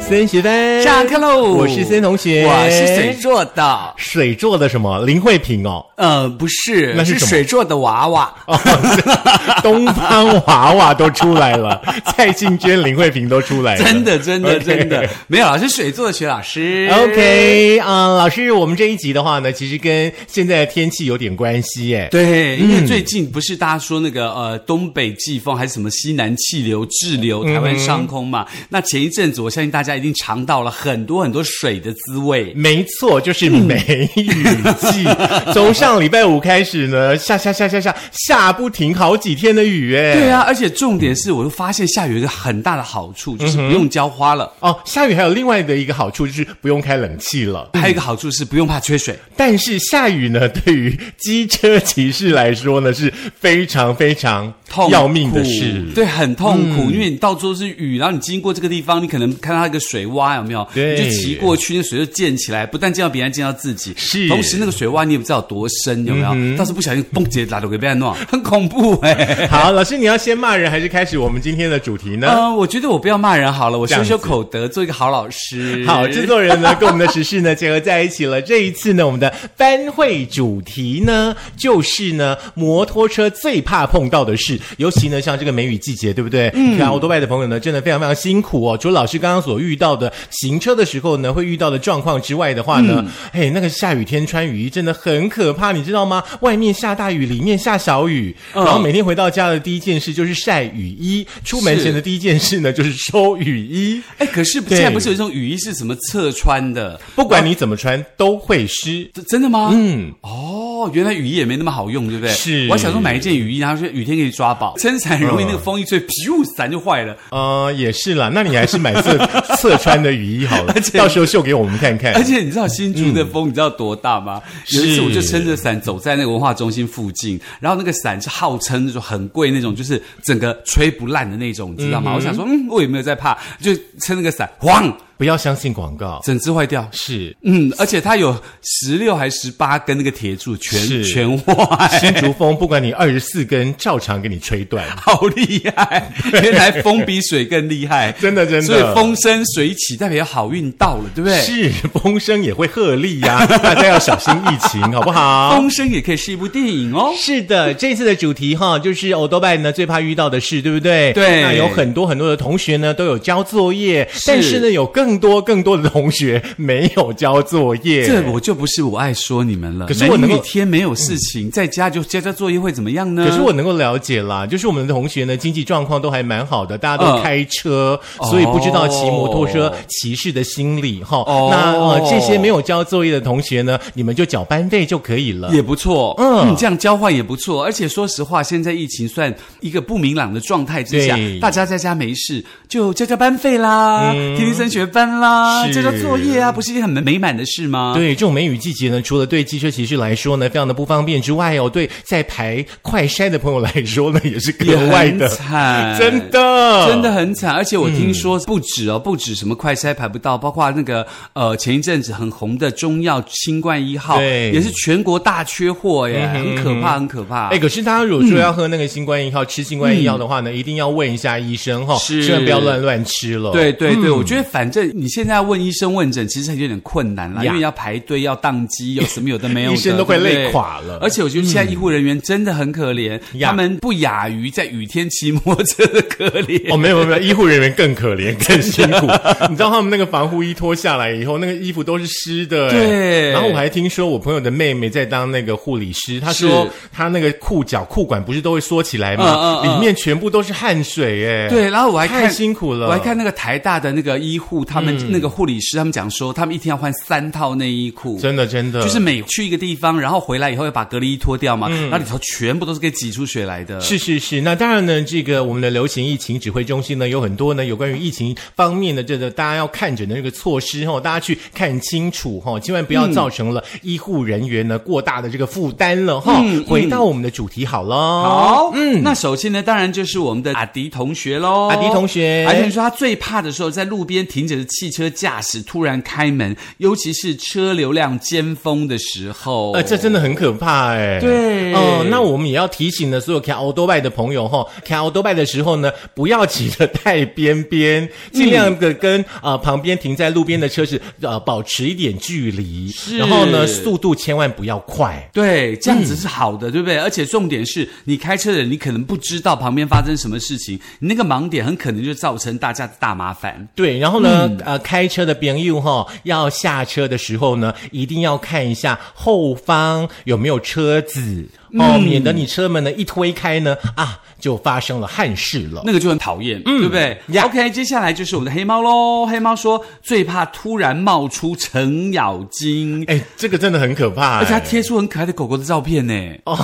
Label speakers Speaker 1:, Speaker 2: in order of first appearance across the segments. Speaker 1: 森学班
Speaker 2: 上课喽！
Speaker 1: 我是森同学，
Speaker 2: 我是水做的，
Speaker 1: 水做的什么林慧萍哦，
Speaker 2: 呃，不是，
Speaker 1: 那是
Speaker 2: 是
Speaker 1: 什么
Speaker 2: 水做的娃娃。
Speaker 1: 哦， 是东方娃娃都出来了， 蔡幸娟、林慧萍都出来了，
Speaker 2: 真的，真的
Speaker 1: OK
Speaker 2: 真的，没有啦，是水做的学老师。
Speaker 1: OK 啊、老师，我们这一集的话呢，其实跟现在的天气有点关系耶。
Speaker 2: 对，因
Speaker 1: 嗯
Speaker 2: 为最近不是大家说那个呃东北季风还是什么西南气流滞
Speaker 1: 嗯
Speaker 2: 留台湾上空嘛？那前一阵子，我相信大家一定尝到了很多很多水的滋味。
Speaker 1: 没错，就是梅雨 季。从上礼拜五开始呢，下下下下下下不停，好几天的雨哎。
Speaker 2: 对啊，而且重点是，我又发现下雨有一个很大的好处，
Speaker 1: 嗯
Speaker 2: 就是不用浇花了。
Speaker 1: 哦，下雨还有另外的一个好处就是不用开冷气了。
Speaker 2: 还有一个好处是不用怕缺水，
Speaker 1: 但是下雨呢， 对于机车骑士来说呢，是非常非常
Speaker 2: 痛苦
Speaker 1: 要命的事。嗯
Speaker 2: 对，很痛苦，因为你到处都是雨，然后你经过这个地方，你可能看到那个水洼有没有？
Speaker 1: 对
Speaker 2: 你就骑过去，那水就溅起来，不但溅到别人，溅到自己。
Speaker 1: 是嗯
Speaker 2: 同时那个水洼你也不知道有多深，有没有？到时候不小心蹦直接打到给别人弄，啊很恐怖 哎、
Speaker 1: 好，老师，你要先骂人还是开始我们今天的主题呢？
Speaker 2: 呃，我觉得我不要骂人好了，我
Speaker 1: 这样
Speaker 2: 修
Speaker 1: 子
Speaker 2: 修口德，做一个好老师。
Speaker 1: 好，制作人呢跟我们的时事呢结合在一起了。这一次呢，我们的班会主题呢就是呢摩托车最怕碰到的事，尤其呢像这个梅雨季节，对不对？嗯，然后多拜的朋友呢真的非常非常辛苦哦。除了老师刚刚所遇到的行车的时候呢会遇到的状况之外的话呢，哎、那个下雨天穿雨衣真的很可怕，你知道吗？外面下大雨，里面下小雨，
Speaker 2: 嗯
Speaker 1: 然后每天回到家的第一件事就是晒雨衣，出门前的第一件事呢就是收雨衣。
Speaker 2: 哎，可是
Speaker 1: 对
Speaker 2: 现在不是有一种雨衣是什么侧穿的？
Speaker 1: 不管你怎么穿都会湿。
Speaker 2: 真真的吗？
Speaker 1: 嗯，
Speaker 2: 哦，原来雨衣也没那么好用，对不对？
Speaker 1: 是嗯
Speaker 2: 我还想说买一件雨衣，然后说雨天可以抓宝，撑伞很容易那个风一吹，噗，伞就坏了。
Speaker 1: 呃，也是啦。那你还是买 侧侧穿的雨衣好了
Speaker 2: 而，且
Speaker 1: 到时候秀给我们看看
Speaker 2: 而。且你知道新竹的风你知道多大吗？
Speaker 1: 是
Speaker 2: 有一次我就撑着伞走在那个文化中心附近，然后那个伞是号称那种很贵那种，就是整个吹不烂的那种，你知道吗？我想说，嗯，我也没有在怕，就撑那个伞，晃，
Speaker 1: 不要相信广告，
Speaker 2: 整只坏掉。
Speaker 1: 是
Speaker 2: 嗯，而且它有十六还十八根那个铁柱，全
Speaker 1: 是
Speaker 2: 全坏。
Speaker 1: 新竹风，不管你二十四根，照常给你吹断。
Speaker 2: 好厉害！ 原来风比水更厉害，
Speaker 1: 真的真的
Speaker 2: 所以风生水起代表有好运到了，对不对？
Speaker 1: 是风声也会鹤唳呀， 大家要小心疫情，好不好？
Speaker 2: 风声也可以是一部电影哦。
Speaker 1: 是的，这次的主题哈，就是欧多拜呢最怕遇到的事，对不对？
Speaker 2: 对
Speaker 1: 那有很多很多的同学呢都有交作业，但是呢有更多更多的同学没有交作业。
Speaker 2: 这我就不是我爱说你们了。
Speaker 1: 可是我能
Speaker 2: 人
Speaker 1: 够嗯
Speaker 2: 每天没有事情，在家就交交作业会怎么样呢？
Speaker 1: 可是我能够了解啦，就是我们的同学呢，经济状况都还蛮好的，大家都
Speaker 2: 嗯
Speaker 1: 开车，所以不知道骑摩托车骑士的心理哈。
Speaker 2: 哦
Speaker 1: 那呃，这些没有交作业的同学呢，你们就缴班费就可以了。
Speaker 2: 也不错，
Speaker 1: 嗯
Speaker 2: 嗯，这样交换也不错。而且说实话，现在疫情算一个不明朗的状态之下
Speaker 1: 对，嗯
Speaker 2: 大家在家没事就交交班费啦，听听升学班啦，
Speaker 1: 是
Speaker 2: 交交作业啊，不是一件很美满的事吗？
Speaker 1: 对，这种梅雨季节呢，除了对机车骑士来说呢，非常的不方便之外哦，对在排快筛的朋友来说呢，也是
Speaker 2: 也
Speaker 1: 格外
Speaker 2: 很
Speaker 1: 的，
Speaker 2: 惨，
Speaker 1: 真。的，
Speaker 2: 真的。很惨，而且我听说不止哦，不止什么快筛排不到，包括那个呃前一阵子很红的中药新冠一号，
Speaker 1: 对嗯
Speaker 2: 也是全国大缺货耶，很可怕，很可怕。
Speaker 1: 哎，可是大家如果说要喝那个新冠一号、吃新冠一号的话呢，一定要问一下医生哈、
Speaker 2: 嗯是
Speaker 1: 千万不要乱乱吃了。
Speaker 2: 对对
Speaker 1: 嗯
Speaker 2: 对，我觉得反正你现在问医生问诊，其实有点困难啦，
Speaker 1: 呀
Speaker 2: 因为要排队、要宕机，有什么有的没有的，
Speaker 1: 医生都快
Speaker 2: 对不对
Speaker 1: 累垮了嗯
Speaker 2: 而且我觉得现在医护人员真的很可怜，
Speaker 1: 呀
Speaker 2: 他们不亚于在雨天骑摩托车的可怜。
Speaker 1: 哦，没有没有，没 有，医护人员更可怜，更辛苦。 你知道他们那个防护衣脱下来以后，那个衣服都是湿的。哎
Speaker 2: 对
Speaker 1: 然后我还听说我朋友的妹妹在当那个护理师，她说
Speaker 2: 是
Speaker 1: 她那个裤脚裤管不是都会缩起来吗？
Speaker 2: 嗯嗯嗯
Speaker 1: 里面全部都是汗水哎。
Speaker 2: 对，然后我还
Speaker 1: 太
Speaker 2: 看
Speaker 1: 辛苦了。嗯
Speaker 2: 我还看那个台大的那个医护，他们、那个护理师，他们讲说，他们一天要换三套内衣裤。
Speaker 1: 真的真的
Speaker 2: 就是每去一个地方，然后回来以后要把隔离衣脱掉嘛，然后里头全部都是可以挤出血来的。
Speaker 1: 嗯是是是，那当然呢，这个我们的流行疫情指挥中心呢，有很多呢有关于疫情方面的这个大家要看诊的这个措施哦，大家去看清楚哈、哦，千万不要造成了医护人员呢过大的这个负担了哈、回到我们的主题好了，哦
Speaker 2: 好，嗯，那首先呢，当然就是我们的阿迪同学喽。
Speaker 1: 阿迪同学
Speaker 2: 阿迪同学说他最怕的时候，在路边停着的是汽车驾驶突然开门，尤其是车流量尖峰的时候，
Speaker 1: 呃，这真的很可怕哎、
Speaker 2: 对
Speaker 1: 哦、那我们也要提醒呢，所有开 o 多拜的朋友哈，开 o 多拜的时候呢，不要骑得太边边，
Speaker 2: 嗯
Speaker 1: 尽量的跟啊、呃旁边停在路边的车子呃保持一点距离，然后呢，速度千万不要快。
Speaker 2: 对，这样子是好的，对不对？而且重点是你开车的人，你可能不知道旁边发生什么事情，你那个盲点很可能就造成大家的大麻烦。
Speaker 1: 对，然后呢，
Speaker 2: 嗯
Speaker 1: 呃，开车的朋友哈、要下车的时候呢，一定要看一下后方有没有车子
Speaker 2: 嗯
Speaker 1: 哦，免得你车门呢一推开呢，啊，就发生了憾事了。
Speaker 2: 那个就很讨厌，对不对
Speaker 1: 呀
Speaker 2: ？OK，接下来就是我们的黑猫喽。黑猫说最怕突然冒出程咬金，
Speaker 1: 哎，这个真的很可怕、
Speaker 2: 而且它
Speaker 1: 哎
Speaker 2: 贴出很可爱的狗狗的照片呢，
Speaker 1: 哦，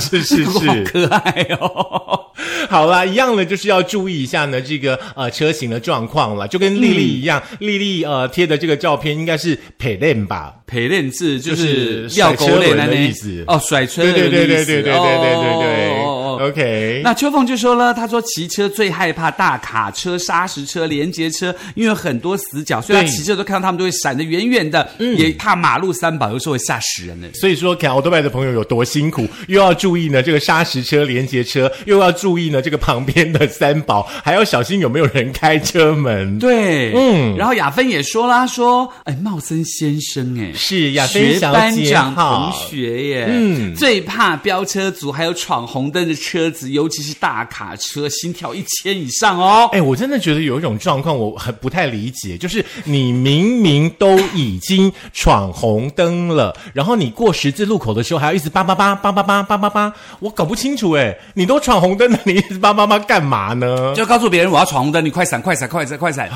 Speaker 1: 是是
Speaker 2: 好
Speaker 1: 是，
Speaker 2: 可爱哦。
Speaker 1: 好啦，一样呢，就是要注意一下呢这个呃车型的状况了，就跟丽丽一样，丽丽呃贴的这个照片应该是 p e l e n 吧。
Speaker 2: 陪练字就
Speaker 1: 就是
Speaker 2: 是
Speaker 1: 甩车
Speaker 2: 练
Speaker 1: 轮的意思
Speaker 2: 哦，甩车
Speaker 1: 对
Speaker 2: 轮的
Speaker 1: 对
Speaker 2: 意思，
Speaker 1: 对对对对对对对对、
Speaker 2: 哦哦哦
Speaker 1: o k
Speaker 2: 那秋凤就说了，他说骑车最害怕大卡车、砂石车、连接车，因为很多死角，所以他
Speaker 1: 对嗯
Speaker 2: 骑车都看到他们都会闪得远远的，也怕马路三宝，有时候会吓死人的。
Speaker 1: 所以说，开奥多拜的朋友有多辛苦，又要注意呢这个砂石车、连接车，又要注意呢这个旁边的三宝，还要小心有没有人开车门。
Speaker 2: 对，
Speaker 1: 嗯
Speaker 2: 嗯，然后雅芬也说啦，说，哎，茂森先生，哎，
Speaker 1: 是雅芬
Speaker 2: 学
Speaker 1: 小
Speaker 2: 班
Speaker 1: 姐
Speaker 2: 长
Speaker 1: 好
Speaker 2: 同学耶，
Speaker 1: 嗯
Speaker 2: 嗯，最怕飙车族，还有闯红灯的车子，尤其是大卡车，心跳一千以上哦。
Speaker 1: 哎，我真的觉得有一种状况，我很不太理解，就是你明明都已经闯红灯了，然后你过十字路口的时候还要一直叭叭叭叭叭叭叭叭叭，我搞不清楚哎，你都闯红灯了，你一直叭叭叭干嘛呢？
Speaker 2: 就告诉别人我要闯红灯，你快闪，快闪，快闪，快闪，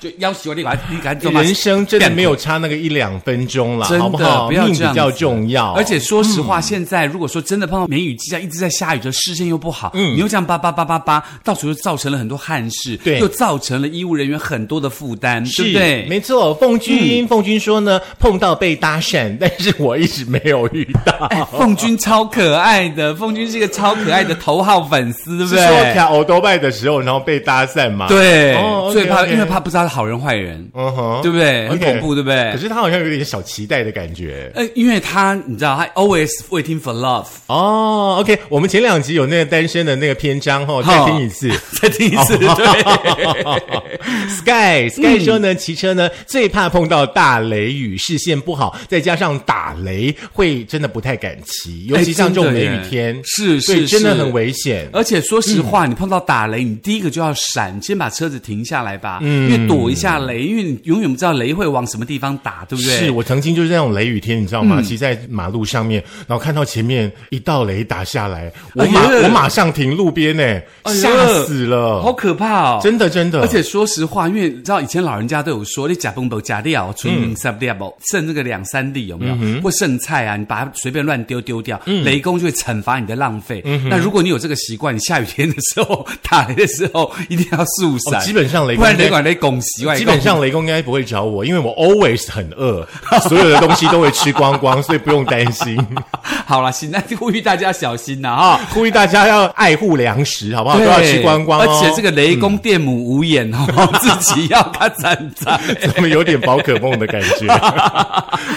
Speaker 2: 就要求你赶快，你赶紧做嘛
Speaker 1: 人生真的没有差那个一两分钟啦，
Speaker 2: 真
Speaker 1: 啊好
Speaker 2: 的
Speaker 1: 不好？
Speaker 2: 要
Speaker 1: 命
Speaker 2: 这样
Speaker 1: 比
Speaker 2: 子，
Speaker 1: 较重要，嗯
Speaker 2: 而且说实话，现在如果说真的碰到梅雨季这样一直在下雨的视线又不好，
Speaker 1: 嗯
Speaker 2: 你又这样叭叭叭叭叭，到处又造成了很多憾事，
Speaker 1: 对
Speaker 2: 又造成了医务人员很多的负担，
Speaker 1: 是
Speaker 2: 对不对？
Speaker 1: 没错，凤君，凤君说呢，碰到被搭讪， 但是我一直没有遇到。
Speaker 2: 哎，凤君超可爱的，凤君是一个超可爱的头号粉丝，对
Speaker 1: 是
Speaker 2: 不
Speaker 1: 说
Speaker 2: 对？
Speaker 1: 调欧多拜的时候，然后被搭讪吗？，
Speaker 2: 对
Speaker 1: 哦，
Speaker 2: 最怕
Speaker 1: OK，OK
Speaker 2: 因为怕不知道是好人坏人，
Speaker 1: 嗯哼，
Speaker 2: 对不对？很
Speaker 1: OK
Speaker 2: 恐怖，对不对
Speaker 1: 可？是他好像有点小期待的感觉。
Speaker 2: 呃，因为他你知道，他 always waiting for love。
Speaker 1: 哦，OK，我们前两集有那个单身的那个篇章哦，再
Speaker 2: 好
Speaker 1: 听一次。
Speaker 2: 再听一次，对。嗯
Speaker 1: Sky Sky 说呢，骑车呢最怕碰到大雷雨，视线不好，再加上打雷，会真的不太敢骑，尤
Speaker 2: 哎
Speaker 1: 其像这种
Speaker 2: 真的
Speaker 1: 雷
Speaker 2: 耶
Speaker 1: 雨天，
Speaker 2: 是是
Speaker 1: 对，真的
Speaker 2: 是嗯
Speaker 1: 很危险。
Speaker 2: 而且说实
Speaker 1: 嗯
Speaker 2: 话，你碰到打雷，你第一个就要闪，先把车子停下来吧，
Speaker 1: 嗯
Speaker 2: 因为躲一下雷，因为你永远不知道雷会往什么地方打，对不嗯对？
Speaker 1: 是我曾经就是那种雷雨天，你知道吗？骑在马路上面，然后看到前面一道雷打下来，我马、
Speaker 2: 哎呀
Speaker 1: 我马上停路边呢、
Speaker 2: 哎呀
Speaker 1: 吓死了，
Speaker 2: 好可怕哦！
Speaker 1: 真的真的，
Speaker 2: 而且说实话，因为你知道以前老人家都有说，你假崩不假哦掉，存
Speaker 1: 嗯
Speaker 2: 零三掉不剩那个两三粒有没有？或剩菜啊，你把它随便乱丢丢掉，
Speaker 1: 嗯
Speaker 2: 雷公就会惩罚你的浪费。那如果你有这个习惯，你下雨天的时候打雷的时候一定要速
Speaker 1: 哦
Speaker 2: 闪，
Speaker 1: 基本上雷公
Speaker 2: 不然雷管雷拱习外
Speaker 1: 基本上雷公应该不会找我，因为我 always 很饿，所有的东西都会吃光 光，所以不用担心。
Speaker 2: 好了，行，那就呼吁大家小心呐哈。
Speaker 1: 呼吁大家要爱护粮食，好不好？都要吃光光、哦、
Speaker 2: 而且这个雷公电母无眼 哦，自己要看赞赞。
Speaker 1: 怎 么有点宝可梦的感 觉？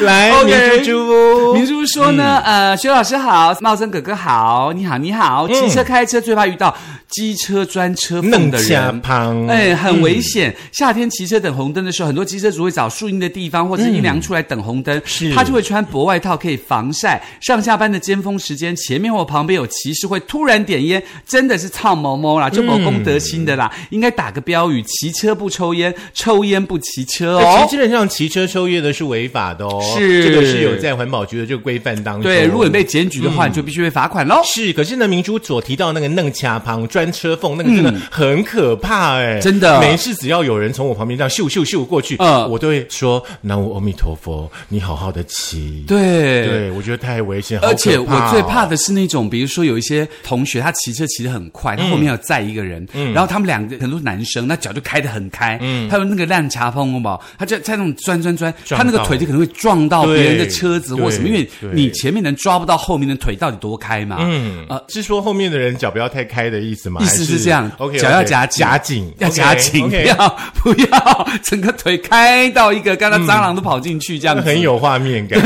Speaker 1: 来，哎明
Speaker 2: OK
Speaker 1: 珠珠，嗯
Speaker 2: 明珠说呢，呃，薛老师好，茂森哥哥好，你好，你好。骑车开车最怕遇到机车专车缝
Speaker 1: 弄
Speaker 2: 的
Speaker 1: 下
Speaker 2: 人。
Speaker 1: 旁，
Speaker 2: 哎，很危险。夏天骑车等红灯的时候，很多机车族会找树荫的地方或者阴凉处来等红灯。
Speaker 1: 是
Speaker 2: 他就会穿薄外套可以防晒。上下班的尖峰时间，前面或旁边有骑士会突然点烟，真的是操毛毛啦，就某公德心的啦，应该打个标语：骑车不抽烟，抽烟不骑
Speaker 1: 那
Speaker 2: 车
Speaker 1: 其
Speaker 2: 哦
Speaker 1: 实。基本上骑车抽烟的是违法的哦，
Speaker 2: 是
Speaker 1: 这个是有在环保局的这个规范当中。
Speaker 2: 对，如果你被检举的话，你就必须被罚款喽。
Speaker 1: 是，可是呢，明珠所提到那个弄卡旁钻车缝，那个真的很可怕哎、
Speaker 2: 嗯真的
Speaker 1: 每次只要有人从我旁边这样咻咻咻过去，
Speaker 2: 嗯
Speaker 1: 我都会说南无阿弥陀佛，你好好的骑。
Speaker 2: 对
Speaker 1: 对，我觉得太危险，好
Speaker 2: 而且
Speaker 1: 可
Speaker 2: 我
Speaker 1: 怕哦
Speaker 2: 最怕的是那种，比如说有一些同学他骑车骑得很快，他后面有载一个人，
Speaker 1: 嗯
Speaker 2: 然后他们两个很多男生，那脚就开得很开，他们那个烂茶风有没有他就在那种钻钻钻，
Speaker 1: 撞
Speaker 2: 他那个
Speaker 1: 到
Speaker 2: 腿就可能会撞到别人的
Speaker 1: 对
Speaker 2: 车子或什么，因
Speaker 1: 对
Speaker 2: 为
Speaker 1: 对
Speaker 2: 你前面能抓不到后面的腿到底多开嘛。
Speaker 1: 嗯呃，是说后面的人脚不要太开的意思吗？
Speaker 2: 意思
Speaker 1: 还
Speaker 2: 是这样
Speaker 1: ，OK，
Speaker 2: 脚要夹紧
Speaker 1: 夹紧，
Speaker 2: 要夹紧
Speaker 1: OK，
Speaker 2: 不要不要整个腿开到一个，刚才蟑螂都跑进去这样子。
Speaker 1: 嗯很有画面 感。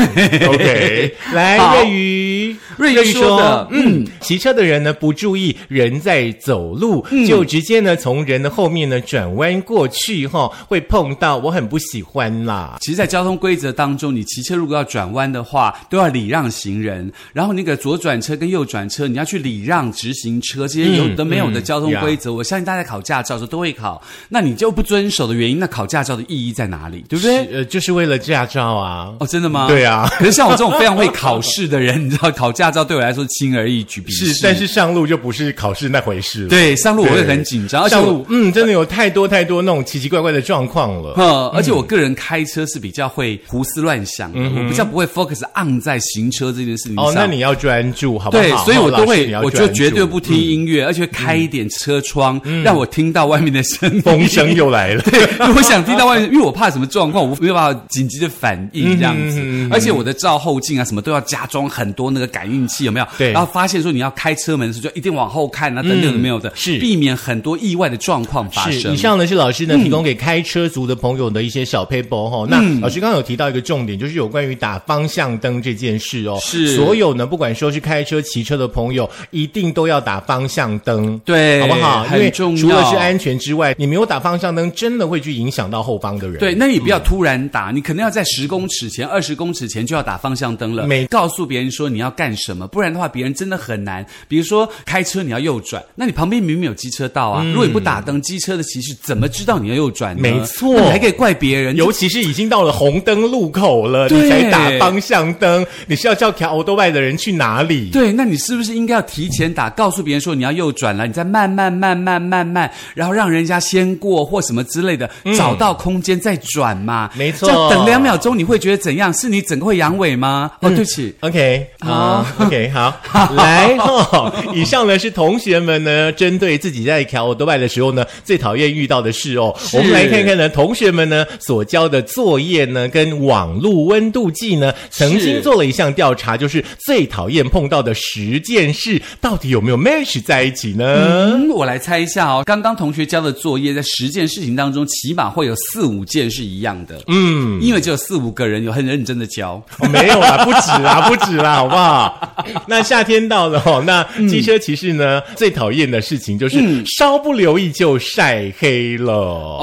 Speaker 1: OK，来
Speaker 2: 好
Speaker 1: 瑞宇，
Speaker 2: 瑞宇说的
Speaker 1: 嗯，骑车的人呢不注意人在走路，
Speaker 2: 嗯
Speaker 1: 就直接呢从人的后面呢转弯过去哈、会碰到，我很不喜欢啦。
Speaker 2: 其实，在交通规则当中，你骑车如果要转弯的话，都要礼让行人。然后那个左转车跟右转车，你要去礼让直行车，这些有的没有的交通嗯规则，我相信大家考驾照的时候都会考。那你就不遵守的原因，那考驾照的意义在哪里？对不对？
Speaker 1: 是呃，就是为了驾照啊。
Speaker 2: 哦，真的吗？
Speaker 1: 对啊
Speaker 2: 可是像我这种非常会考试的人，你知道，考驾照对我来说轻而易举，笔试
Speaker 1: 是，但是上路就不是考试那回事了。
Speaker 2: 对上路我会
Speaker 1: 对
Speaker 2: 很紧张，而且
Speaker 1: 上
Speaker 2: 我
Speaker 1: 路，嗯，真的有太多太多那种奇奇怪怪的状况了。
Speaker 2: 呃，而且我个人开车是比较会胡思乱想的，我比较不会 focus on 在行车这件事情上。
Speaker 1: 哦，那你要专注，好不好？
Speaker 2: 对，所以我
Speaker 1: 哦
Speaker 2: 都
Speaker 1: 老师
Speaker 2: 会
Speaker 1: 你要，
Speaker 2: 我就
Speaker 1: 专注嗯
Speaker 2: 绝对不听音乐，而且开一点车窗，让我听到外面的声音。
Speaker 1: 风 声嗯又来了。
Speaker 2: 对，我想听到外面，因为我怕什么状况，我没有办法紧急的反应这样子。
Speaker 1: 嗯
Speaker 2: 而且我的照后镜啊，什么都要加装很多那个感应器，有没有？
Speaker 1: 对嗯
Speaker 2: 然后发现说你要开车门的时候，就一定往后看啊，等等有没有的，
Speaker 1: 是
Speaker 2: 避免很多意外的状况发
Speaker 1: 是，
Speaker 2: 生嗯
Speaker 1: 以。上呢是老师呢提供给开车族的朋友的一些小 paper 哈、那老师刚刚有提到一个重点，就是有关于打方向灯这件事哦。
Speaker 2: 是
Speaker 1: 所有呢不管说是开车、骑车的朋友，一定都要打方向灯，
Speaker 2: 对
Speaker 1: 好不好？因为
Speaker 2: 很重要
Speaker 1: 除了是安全之外，你没有打方向灯，真的会去影响到后方的人。
Speaker 2: 对，。那你不要突然打，你可能要在十公尺前、二十公尺前就要打方向灯了。
Speaker 1: 没
Speaker 2: 告诉别人说你要干什么，不然的话别人真的很难。比如说开车你要右转，那你旁边明明有机车道啊，如果你不打灯，机车的骑士怎么知道你要右转呢？
Speaker 1: 没错
Speaker 2: 那你还可以怪别人。
Speaker 1: 尤其是已经到了红灯路口了，
Speaker 2: 对
Speaker 1: 你才打方向灯，你是要叫调欧多外的人去哪里？
Speaker 2: 对，那你是不是应该要提前打，告诉别人说你要右转了，你再慢慢慢慢慢慢，然后让人家先过或什么之类的，找到空间再转嘛？
Speaker 1: 没错
Speaker 2: 这样等两秒钟你会觉得怎样？是你整个会阳痿吗？哦，对不起。
Speaker 1: OK 啊、o k 好，来哦。以上呢是同学们呢针对自己在考多拜的时候呢最讨厌遇到的事哦。我们来看看呢，同学们呢所交的作业呢跟网络温度计呢曾经做了一项调查，就是最讨厌碰到的十件事，到底有没有 match 在一起呢？
Speaker 2: 嗯，我来猜一下哦。刚刚同学交的作业，在十件事情当中，起码会有四五件是一样的。嗯，因为只有四五个人有很认真的交。
Speaker 1: 哦没有啦，不止啦， 不止啦，好不好？那夏天到了哦，那机车骑士呢、
Speaker 2: 嗯
Speaker 1: 最讨厌的事情就是稍不留意就晒黑了。哦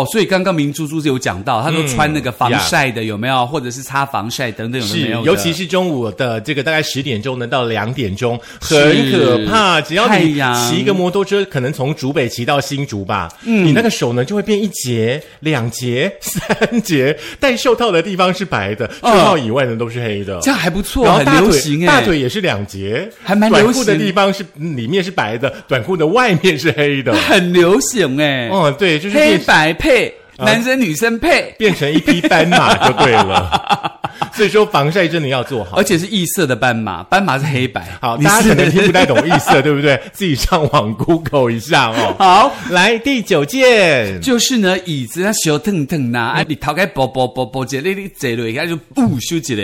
Speaker 2: 哦，所以刚刚明珠珠就有讲到，她都穿那个防晒的，有没有？或者是擦防晒等等，有
Speaker 1: 是
Speaker 2: 没有，的？
Speaker 1: 尤其是中午的这个大概十点钟呢到两点钟，很
Speaker 2: 是
Speaker 1: 可怕。只要
Speaker 2: 太
Speaker 1: 你
Speaker 2: 阳嗯
Speaker 1: 骑一个摩托车，可能从竹北骑到新竹吧，你那个手呢就会变一节、两节、三节。戴袖套的地方是白的，袖
Speaker 2: 嗯
Speaker 1: 套以外呢都是黑的
Speaker 2: 这。样还不错，
Speaker 1: 然后
Speaker 2: 很
Speaker 1: 大
Speaker 2: 流
Speaker 1: 腿
Speaker 2: 行哎。
Speaker 1: 大腿也是两节，
Speaker 2: 还蛮
Speaker 1: 短
Speaker 2: 流
Speaker 1: 裤的
Speaker 2: 行。
Speaker 1: 地方是嗯里面是白的，短裤的外面是黑的
Speaker 2: 很流行哎、
Speaker 1: 哦，啊对，就是
Speaker 2: 黑
Speaker 1: 变
Speaker 2: 白配，男生女生配。
Speaker 1: 变成一匹斑马就对了。 所以说防晒真的要做好。
Speaker 2: 而且是异色的斑马，斑马是黑白。
Speaker 1: 哦好，
Speaker 2: 哦你
Speaker 1: 大家
Speaker 2: 是
Speaker 1: 可 能听不太懂意思，对不对？自己上网 Google 一下哦。
Speaker 2: 好，
Speaker 1: 来第九件，
Speaker 2: 就是呢，椅子啊，小腾腾
Speaker 1: 嗯
Speaker 2: 呐，啊，你头该啵啵啵啵一下，你你坐落一下就不休一下，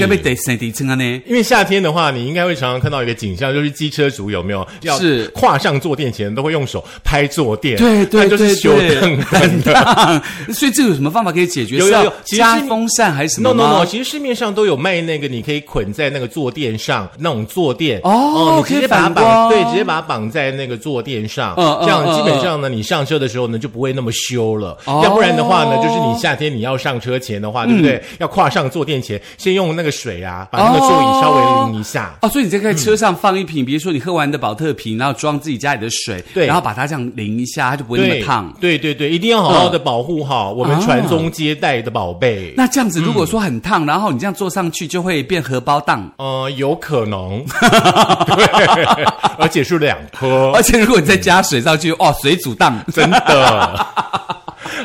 Speaker 2: 该被第三第称啊呢？
Speaker 1: 因为夏天的话，你应该会常常看到一个景象，就是机车族有没有要
Speaker 2: 是
Speaker 1: 跨上坐垫前都会用手拍坐垫，
Speaker 2: 对对
Speaker 1: 那就是
Speaker 2: 对
Speaker 1: 修
Speaker 2: 对
Speaker 1: 蹬蹬的。
Speaker 2: 所以这有什么方法可以解决？
Speaker 1: 有有
Speaker 2: 是要
Speaker 1: 有其实
Speaker 2: 加
Speaker 1: 是
Speaker 2: 风扇还是什
Speaker 1: No
Speaker 2: 么
Speaker 1: no
Speaker 2: 吗
Speaker 1: no，其实市面上都有卖那个，你可以捆在那个坐垫上那种坐垫
Speaker 2: 哦
Speaker 1: 你直接
Speaker 2: 可以
Speaker 1: 把它
Speaker 2: 反
Speaker 1: 绑，
Speaker 2: 光
Speaker 1: 对，直接把它绑在那个坐垫上，
Speaker 2: 嗯嗯
Speaker 1: 这样
Speaker 2: 嗯
Speaker 1: 基本上呢，你上车的时候呢就不会那么羞了。
Speaker 2: 哦
Speaker 1: 要不然的话呢，就是你夏天你要上车前的话，对不
Speaker 2: 嗯
Speaker 1: 对？要跨上坐垫前，先用那个水啊，把那个座椅稍微淋一下。
Speaker 2: 哦，所以你在在车上放一瓶，比如说你喝完的保特瓶，然后装自己家里的水，
Speaker 1: 对
Speaker 2: 然后把它这样淋一下，它就不会那
Speaker 1: 对
Speaker 2: 么烫。
Speaker 1: 对对对，一定要好好的保护好我们
Speaker 2: 啊
Speaker 1: 传宗接代的宝 贝。
Speaker 2: 那这样子，如果说很烫，然后你这样坐上去就会变荷包蛋。
Speaker 1: 呃，有可能，对， 而且是两颗，
Speaker 2: 而且如果你再加水上去，哦，水煮蛋。
Speaker 1: 真的。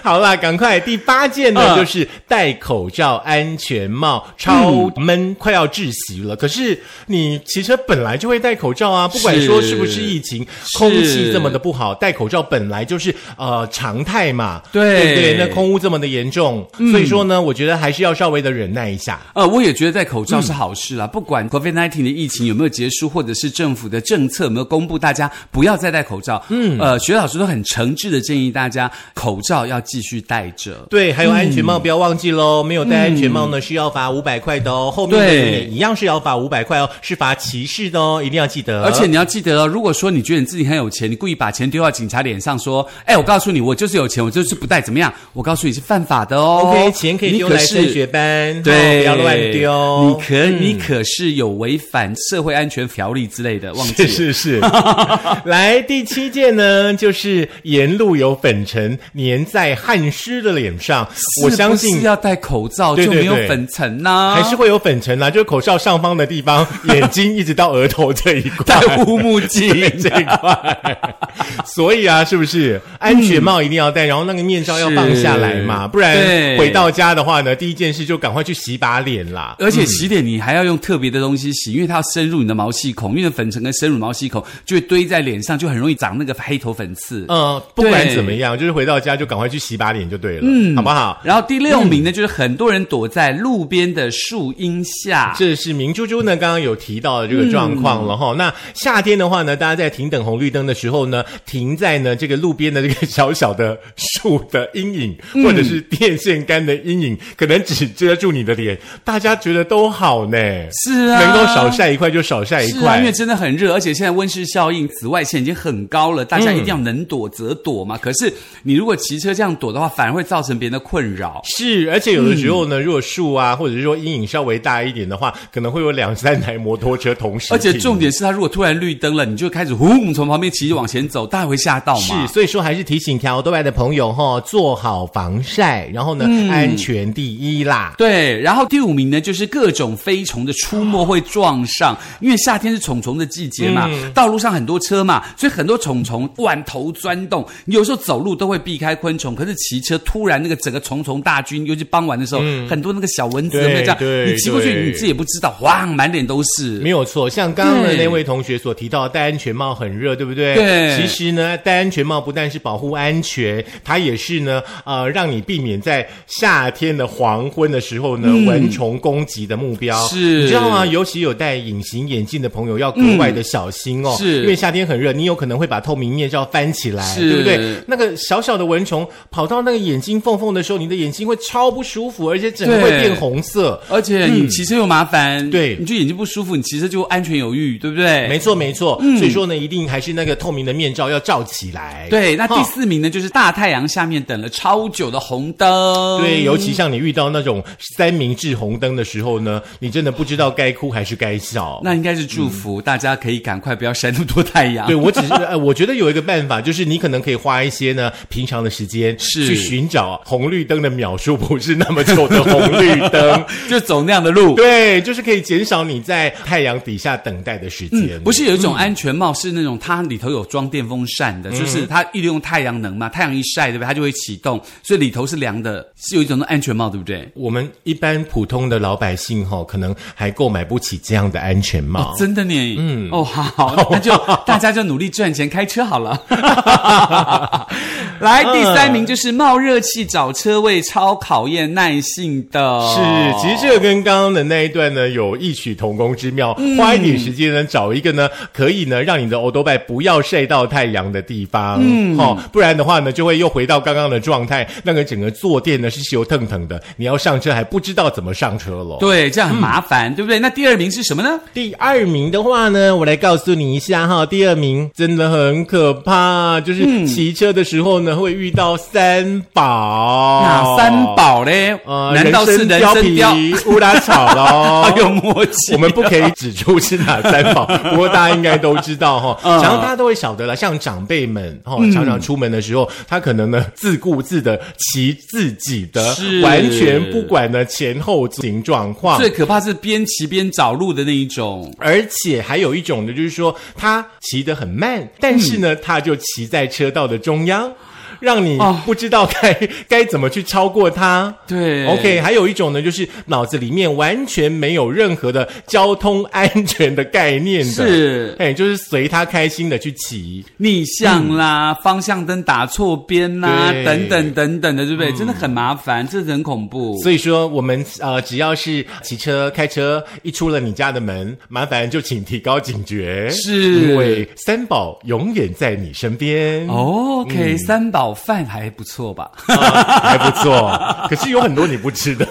Speaker 1: 好啦，赶快第八件呢，
Speaker 2: 嗯
Speaker 1: 就是戴口罩、安全帽，超闷，快要窒息了。可是你骑车本来就会戴口罩啊，不管说是不是疫情，空气这么的不好，戴口罩本来就是呃常态嘛，
Speaker 2: 对嗯
Speaker 1: 对不对？那空污这么的严重，所以说呢，我觉得还是要稍微的忍耐一下。
Speaker 2: 呃，我也觉得戴口罩是好事啦。不管 COVID-19 的疫情有没有结束，或者是政府的政策有没有公布，大家不要再戴口罩。嗯，呃，学老师都很诚挚的建议大家，口罩要继继续戴着。
Speaker 1: 对，还有安全
Speaker 2: 嗯
Speaker 1: 帽，不要忘记喽。没有戴安全帽呢，是要罚五百块的哦。后面的
Speaker 2: 对
Speaker 1: 人也一样是要罚五百块哦，是罚歧视的哦，一定要记得。
Speaker 2: 而且你要记得哦，如果说你觉得你自己很有钱，你故意把钱丢到警察脸上，说：“哎，我告诉你，我就是有钱，我就是不戴，怎么样？”我告诉你是犯法的哦。
Speaker 1: OK，钱可以丢来
Speaker 2: 你可是
Speaker 1: 升学班，
Speaker 2: 对，
Speaker 1: 哦不要乱丢。嗯
Speaker 2: 你可、你可是有违反社会安全条例之类的，忘记
Speaker 1: 是是
Speaker 2: 了。
Speaker 1: 是， 来第七件呢，就是沿路有粉尘粘在汗湿的脸上，我相
Speaker 2: 是不
Speaker 1: 信
Speaker 2: 是。要戴口罩
Speaker 1: 对
Speaker 2: 就
Speaker 1: 对
Speaker 2: 没有
Speaker 1: 对
Speaker 2: 粉尘啊呐、
Speaker 1: 还是会有粉尘啦、就是口罩上方的地方，眼睛一直到额头这一块，
Speaker 2: 戴护目镜
Speaker 1: 这一块。所以啊，是不是安全帽一定要戴，然后那个面罩要放下来嘛，
Speaker 2: 是
Speaker 1: 不然
Speaker 2: 对
Speaker 1: 回到家的话呢，第一件事就赶快去洗把脸啦。
Speaker 2: 而且洗脸你还要用特别的东西洗，因为它要深入你的毛细孔，因为粉尘跟深入毛细孔就会堆在脸上，就很容易长那个黑头粉刺。
Speaker 1: 嗯，不管
Speaker 2: 对嗯
Speaker 1: 怎么样，就是回到家就赶快去洗把脸就对了，好不好？
Speaker 2: 然后第六名呢，就是很多人躲在路边的树荫下。
Speaker 1: 嗯这是明珠珠呢，刚刚有提到的这个状况
Speaker 2: 嗯
Speaker 1: 了哈、那夏天的话呢，大家在停等红绿灯的时候呢，停在呢这个路边的这个小小的树的阴影，
Speaker 2: 嗯
Speaker 1: 或者是电线杆的阴影，可能只遮住你的脸，大家觉得都好呢。
Speaker 2: 是啊
Speaker 1: 能够少晒一块就少晒一
Speaker 2: 是啊，
Speaker 1: 块。
Speaker 2: 因为真的很热，而且现在温室效应、紫外线已经很高了，大家一定
Speaker 1: 嗯
Speaker 2: 要能躲则躲嘛。可是你如果骑车这样躲的话，反而会造成别人的困扰。
Speaker 1: 是，而且有的时候
Speaker 2: 嗯
Speaker 1: 呢，如果树啊，或者是说阴影稍微大一点的话，可能会有两三台摩托车同时停。
Speaker 2: 而且重点是，他如果突然绿灯了，你就开始轰从旁边骑往前走，大家会吓到嘛。
Speaker 1: 是，所以说还是提醒条对外的朋友哈、做好防晒，然后呢，安全第一啦。
Speaker 2: 对，然后第五名呢，就是各种飞虫的出没会撞上，因为夏天是虫虫的季节嘛，
Speaker 1: 嗯
Speaker 2: 道路上很多车嘛，所以很多虫虫万头钻洞，你有时候走路都会避开昆虫，可是骑车突然那个整个虫虫大军，尤其傍晚的时候，很多那个小蚊子有没有这样？
Speaker 1: 嗯对对
Speaker 2: 你骑过去
Speaker 1: 对
Speaker 2: 你自己也不知道，哇，满脸都是
Speaker 1: 没。有错，像刚刚的
Speaker 2: 对
Speaker 1: 那位同学所提到，戴安全帽很热，对不对？
Speaker 2: 对
Speaker 1: 其实呢，戴安全帽不但是保护安全，它也是呢，呃，让你避免在夏天的黄昏的时候呢，蚊虫攻击的目标。
Speaker 2: 嗯是
Speaker 1: 你知道吗？尤其有戴隐形眼镜的朋友要格外的小心哦，
Speaker 2: 嗯是
Speaker 1: 因为夏天很热，你有可能会把透明面罩翻起来，
Speaker 2: 是
Speaker 1: 对不对？那个小小的蚊虫跑到那个眼睛缝缝的时候，你的眼睛会超不舒服，而且整个会
Speaker 2: 对
Speaker 1: 变红色。
Speaker 2: 而且你骑车又麻烦，
Speaker 1: 嗯对
Speaker 2: 你就眼睛不舒服，你骑车就安全有余，对不对？
Speaker 1: 没错，没错。
Speaker 2: 嗯
Speaker 1: 所以说呢，一定还是那个透明的面罩要罩起来。
Speaker 2: 对，那第
Speaker 1: 哈。
Speaker 2: 四名呢，就是大太阳下面等了超久的红灯。
Speaker 1: 对，尤其像你遇到那种三明治红灯的时候呢，你真的不知道该哭还是该笑。
Speaker 2: 那应该是祝福、大家可以赶快不要晒那么多太阳。
Speaker 1: 嗯对，我只是 呃，我觉得有一个办法，就是你可能可以花一些呢平常的时间，
Speaker 2: 是
Speaker 1: 去寻找红绿灯的秒数不是那么久的红绿灯。
Speaker 2: 就走那样的路。
Speaker 1: 对，就是可以减少你在太阳底下等待的时间。
Speaker 2: 嗯不是有一种安全帽是那种它里头有装电风扇
Speaker 1: 嗯
Speaker 2: 的，就是它利用太阳能嘛，太阳一晒，对不对？它就会启动，所以里头是凉的，是有一种安全帽，对不对？
Speaker 1: 我们一般普通的老百姓哈、可能还购买不起这样的安全帽。
Speaker 2: 哦，真的呢，嗯，哦，好好，那就 大家就努力赚钱开车好了。来，第三名就是冒热气找车位，超考验耐性的。哦
Speaker 1: 是，其实这个跟刚刚的那一段呢有异曲同工之妙。
Speaker 2: 嗯
Speaker 1: 花一点时间呢，找一个呢可以呢让你的 o d o b i 不要晒到太阳的地方，嗯，哦，不然的话呢就会又回到刚刚的状态，那个整个坐垫呢是羞腾腾的，你要上车还不知道怎么上车咯。
Speaker 2: 对，这样很麻
Speaker 1: 嗯
Speaker 2: 烦，对不对？那第二名是什么呢？
Speaker 1: 第二名的话呢，我来告诉你一下哈，第二名真的很可怕，
Speaker 2: 嗯
Speaker 1: 就是骑车的时候呢会遇到三宝，
Speaker 2: 哪三？宝嘞？
Speaker 1: 哦呃，
Speaker 2: 难道是人参
Speaker 1: 貂
Speaker 2: 貂？
Speaker 1: 皮、乌拉草喽？
Speaker 2: 好有默 契。
Speaker 1: 我们不可以指出是哪三 宝，不过大家应该都知道哈、
Speaker 2: 嗯
Speaker 1: 常常大家都会晓得了。像长辈们哈、常常出门的时候，他可能呢自顾自的骑自己的
Speaker 2: 是，
Speaker 1: 完全不管呢前后行状况
Speaker 2: 最。可怕是边骑边找路的那一种。
Speaker 1: 而且还有一种呢，就是说他骑得很慢，但是呢，他就骑在车道的中央，让你
Speaker 2: 嗯哦
Speaker 1: 不知道该、 该怎么去超过他。
Speaker 2: 对
Speaker 1: OK，还有一种呢，就是脑子里面完全没有任何的交通安全的概念的，
Speaker 2: 是
Speaker 1: 哎，就是随他开心的去骑。
Speaker 2: 逆向啦，方向灯打错边啦，
Speaker 1: 对
Speaker 2: 等等等等的，对不对？真的很麻烦，这很恐怖。
Speaker 1: 所以说，我们呃，只要是骑车、开车一出了你家的门，麻烦就请提高警觉，
Speaker 2: 是
Speaker 1: 因为三宝永远在你身边。
Speaker 2: 哦 OK，、三宝炒饭还不错 吧？
Speaker 1: 啊还不错。可是有很多你不吃的。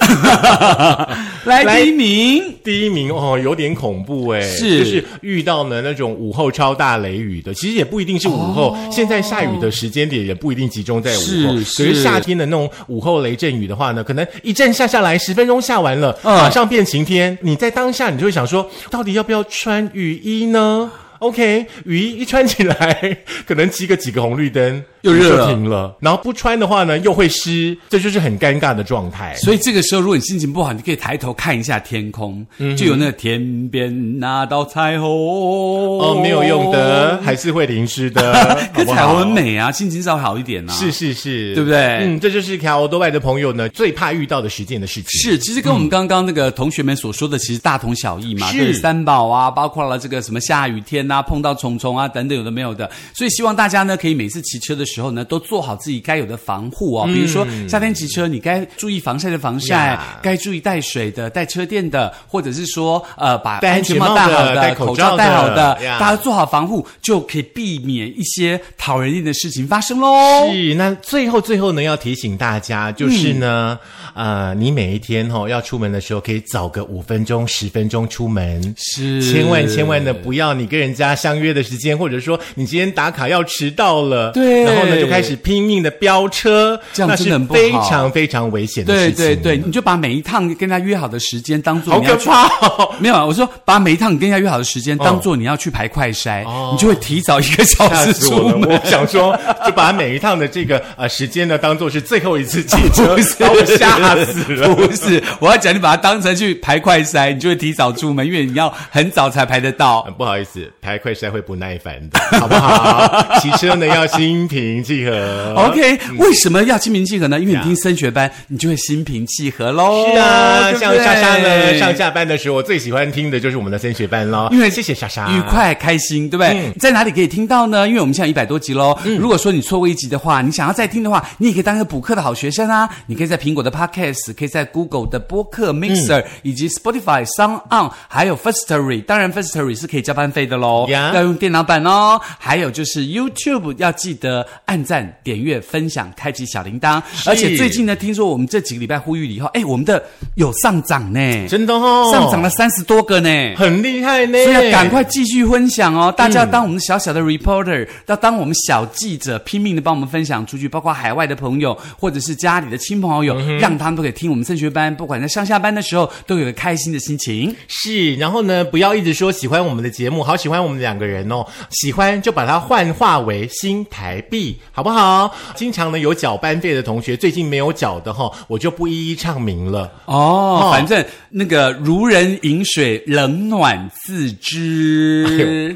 Speaker 2: 来
Speaker 1: 来
Speaker 2: 第一名，
Speaker 1: 第一名哦，有点恐怖哎，
Speaker 2: 是
Speaker 1: 就是遇到呢那种午后超大雷雨的，其实也不一定是午后，现在下雨的时间点也不一定集中在午后，
Speaker 2: 哦是
Speaker 1: 可是
Speaker 2: 是
Speaker 1: 夏天的那种午后雷阵雨的话呢，可能一阵下下来，十分钟下完了，
Speaker 2: 嗯
Speaker 1: 马上变晴天，你在当下你就会想说，到底要不要穿雨衣呢？OK，雨衣一穿起来， 可能骑个几个红绿灯
Speaker 2: 又热
Speaker 1: 就
Speaker 2: 了
Speaker 1: 停了，然后不穿的话呢又会湿，这就是很尴尬的状态。
Speaker 2: 所以这个时候如果你心情不好，你可以抬头看一下天空，就有那个天边那道彩虹。
Speaker 1: 哦
Speaker 2: 哦，，
Speaker 1: 没有用的，还是会淋湿的
Speaker 2: 可
Speaker 1: 好不
Speaker 2: 彩
Speaker 1: 好
Speaker 2: 虹很。美啊，心情稍微好一点啊。
Speaker 1: 是是是，
Speaker 2: 对不对
Speaker 1: 嗯，这就是卡欧多外的朋友呢最怕遇到的十件的事情。
Speaker 2: 是，其实跟我们刚刚那个同学们所说的，其实大同小异嘛。
Speaker 1: 嗯是
Speaker 2: 对，三宝啊，包括了这个什么下雨天啊，碰到虫虫啊等等，有的没有的。所以希望大家呢，可以每次骑车的时候呢，都做好自己该有的防
Speaker 1: 嗯
Speaker 2: 护哦。比如说夏天骑车，你该注意防晒的防晒
Speaker 1: 呀，
Speaker 2: 该注意带水的、带车垫的，或者是说呃把
Speaker 1: 戴
Speaker 2: 安全帽戴
Speaker 1: 安全帽
Speaker 2: 好
Speaker 1: 的戴
Speaker 2: 的、
Speaker 1: 口
Speaker 2: 口
Speaker 1: 罩
Speaker 2: 罩戴好
Speaker 1: 的
Speaker 2: 的，
Speaker 1: 呀
Speaker 2: 大家做好防护，就可以避免一些讨人厌的事情发生喽。
Speaker 1: 是，那最后最后呢，要提醒大家，就是呢，呃，你每一天哦要出门的时候，可以早个五分钟、十分钟出门。
Speaker 2: 是
Speaker 1: 千万千万的不要你跟人家相约的时间，或者说你今天打卡要迟到了，
Speaker 2: 对
Speaker 1: 然后呢就开始拼命的飙车，
Speaker 2: 这样
Speaker 1: 那
Speaker 2: 真
Speaker 1: 是
Speaker 2: 的很不
Speaker 1: 非
Speaker 2: 好
Speaker 1: 常非常危险的
Speaker 2: 对
Speaker 1: 事情。
Speaker 2: 对对，，你就把每一趟跟他约好的时间当做
Speaker 1: 好
Speaker 2: 你要
Speaker 1: 可
Speaker 2: 去。
Speaker 1: 怕哦！
Speaker 2: 没有啊，我说把每一趟你跟人家约好的时间当做你要去排快筛，
Speaker 1: 哦
Speaker 2: 你就会提早一个小
Speaker 1: 吓
Speaker 2: 时
Speaker 1: 死我
Speaker 2: 出
Speaker 1: 了！
Speaker 2: 门。
Speaker 1: 我想说，就把每一趟的这个呃时间呢，当做是最后一次骑车，把 我吓死了。
Speaker 2: 不是，我要讲你把它当成去排快筛，你就会提早出门，因为你要很早才排得到。
Speaker 1: 很呃不好意思，排快筛会不耐烦的，好不好？骑车呢要心平气和。
Speaker 2: OK，、为
Speaker 1: 嗯
Speaker 2: 什么要心平气和呢？因为你听升学班，你就会心平气和喽。
Speaker 1: 是啊，
Speaker 2: 对不
Speaker 1: 像
Speaker 2: 对
Speaker 1: 莎莎呢，上下班的时候，我最喜欢听的就是我们的升学班喽。
Speaker 2: 因为
Speaker 1: 谢谢莎莎，
Speaker 2: 愉快开心，对不对？
Speaker 1: 嗯
Speaker 2: 在哪里可以听到呢？因为我们现在一百多集喽。如果说你错过一集的话，你想要再听的话，你也可以当一个补课的好学生啊。你可以在苹果的 Podcast，可以在 Google 的播客
Speaker 1: 嗯
Speaker 2: Mixer，、以及 Spotify、Sound On，还有 Firstory。当然，Firstory 是可以交班费的喽
Speaker 1: 呀
Speaker 2: 要用电脑版哦。还有就是 YouTube 要记得按赞、点阅、分享、开启小铃铛。而且最近呢，听说我们这几个礼拜呼吁了以后，哎，我们的有上涨呢，
Speaker 1: 真的哦，
Speaker 2: 上涨了三十多个呢。
Speaker 1: 很厉害呢，
Speaker 2: 所以要赶快继续分享哦！大家要当我们小小的 reporter，、要当我们小记者，拼命的帮我们分享出去，包括海外的朋友或者是家里的亲朋好友，让他们都可以听我们升学班，不管在上下班的时候，都有个开心的心情。
Speaker 1: 是，然后呢，不要一直说喜欢我们的节目，好喜欢我们两个人哦，喜欢就把它幻化为新台币，好不好？经常呢有缴班费的同学，最近没有缴的哈、我就不一一唱名了。
Speaker 2: 哦
Speaker 1: 哦，
Speaker 2: 反正那个如人饮水，冷暖自知。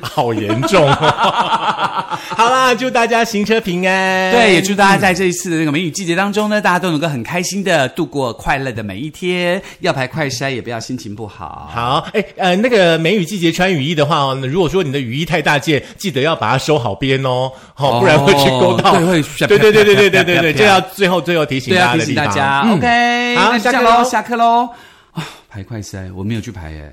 Speaker 1: 好严重、 哦！好啦，祝大家行车平安。
Speaker 2: 对，也祝大家在这一次的那个梅雨季节当中呢，大家都能够很开心的度过快乐的每一天。要排快筛，也不要心情不好。
Speaker 1: 好，哎，呃，那个梅雨季节穿雨衣的话哦，那如果说你的雨衣太大件，记得要把它收好边哦，好、不然会去勾到。
Speaker 2: 对会
Speaker 1: 对对对对对对对对，这要最后最后提醒
Speaker 2: 对
Speaker 1: 大
Speaker 2: 啊，
Speaker 1: 家
Speaker 2: 提
Speaker 1: 的
Speaker 2: 醒
Speaker 1: 地
Speaker 2: 大
Speaker 1: 方。
Speaker 2: 家。
Speaker 1: 嗯
Speaker 2: OK，
Speaker 1: 好
Speaker 2: 那就这
Speaker 1: 下
Speaker 2: 样
Speaker 1: 课
Speaker 2: 喽，
Speaker 1: 喽
Speaker 2: 下课喽。啊，排快筛，我没有去排耶，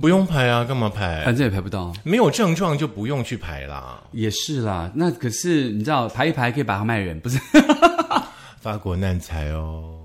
Speaker 1: 不用排啊，干嘛排？
Speaker 2: 反正也排不到。
Speaker 1: 没有症状就不用去排啦。
Speaker 2: 也 是啦，那可是你知道，排一排可以把它卖人，不是？
Speaker 1: 法国难财哦。